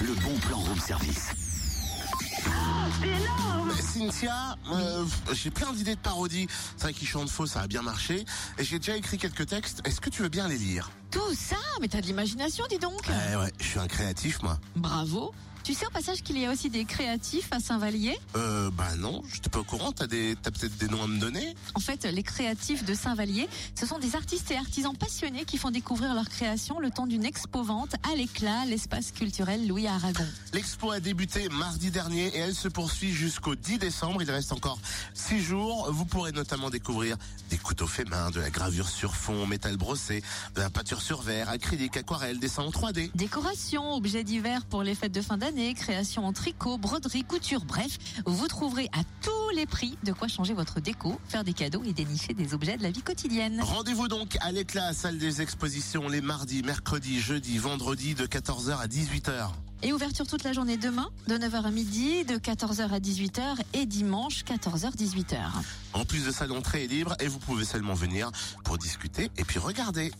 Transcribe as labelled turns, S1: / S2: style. S1: Le bon plan room service.
S2: C'est énorme
S1: Cynthia, euh, j'ai plein d'idées de parodies. C'est vrai qu'il chante faux, ça a bien marché. Et j'ai déjà écrit quelques textes. Est-ce que tu veux bien les lire
S3: Tout ça Mais t'as de l'imagination, dis donc
S1: Eh ouais, je suis un créatif, moi.
S3: Bravo Tu sais au passage qu'il y a aussi des créatifs à Saint-Vallier
S1: Euh, bah non, je t'ai pas au courant. T'as des, t'as peut-être des noms à me donner
S3: En fait, les créatifs de Saint-Vallier, ce sont des artistes et artisans passionnés qui font découvrir leur création le temps d'une expo-vente à l'éclat, l'espace culturel Louis Aragon.
S1: L'expo a débuté mardi dernier et elle se poursuit jusqu'au 10 décembre. Il reste encore 6 jours. Vous pourrez notamment découvrir des couteaux faits main, de la gravure sur fond, métal brossé, de la peinture sur verre, acrylique, aquarelle, dessin en 3D.
S3: Décorations, objets divers pour les fêtes de fin d'année, créations en tricot, broderie, couture, bref, vous trouverez à tous les prix de quoi changer votre déco, faire des cadeaux et dénicher des objets de la vie quotidienne.
S1: Rendez-vous donc à l'éclat, salle des expositions, les mardis, mercredis, jeudis, vendredis de 14h à 18h.
S3: Et ouverture toute la journée demain, de 9h à midi, de 14h à 18h et dimanche 14h-18h.
S1: En plus de ça, l'entrée est libre et vous pouvez seulement venir pour discuter et puis regarder.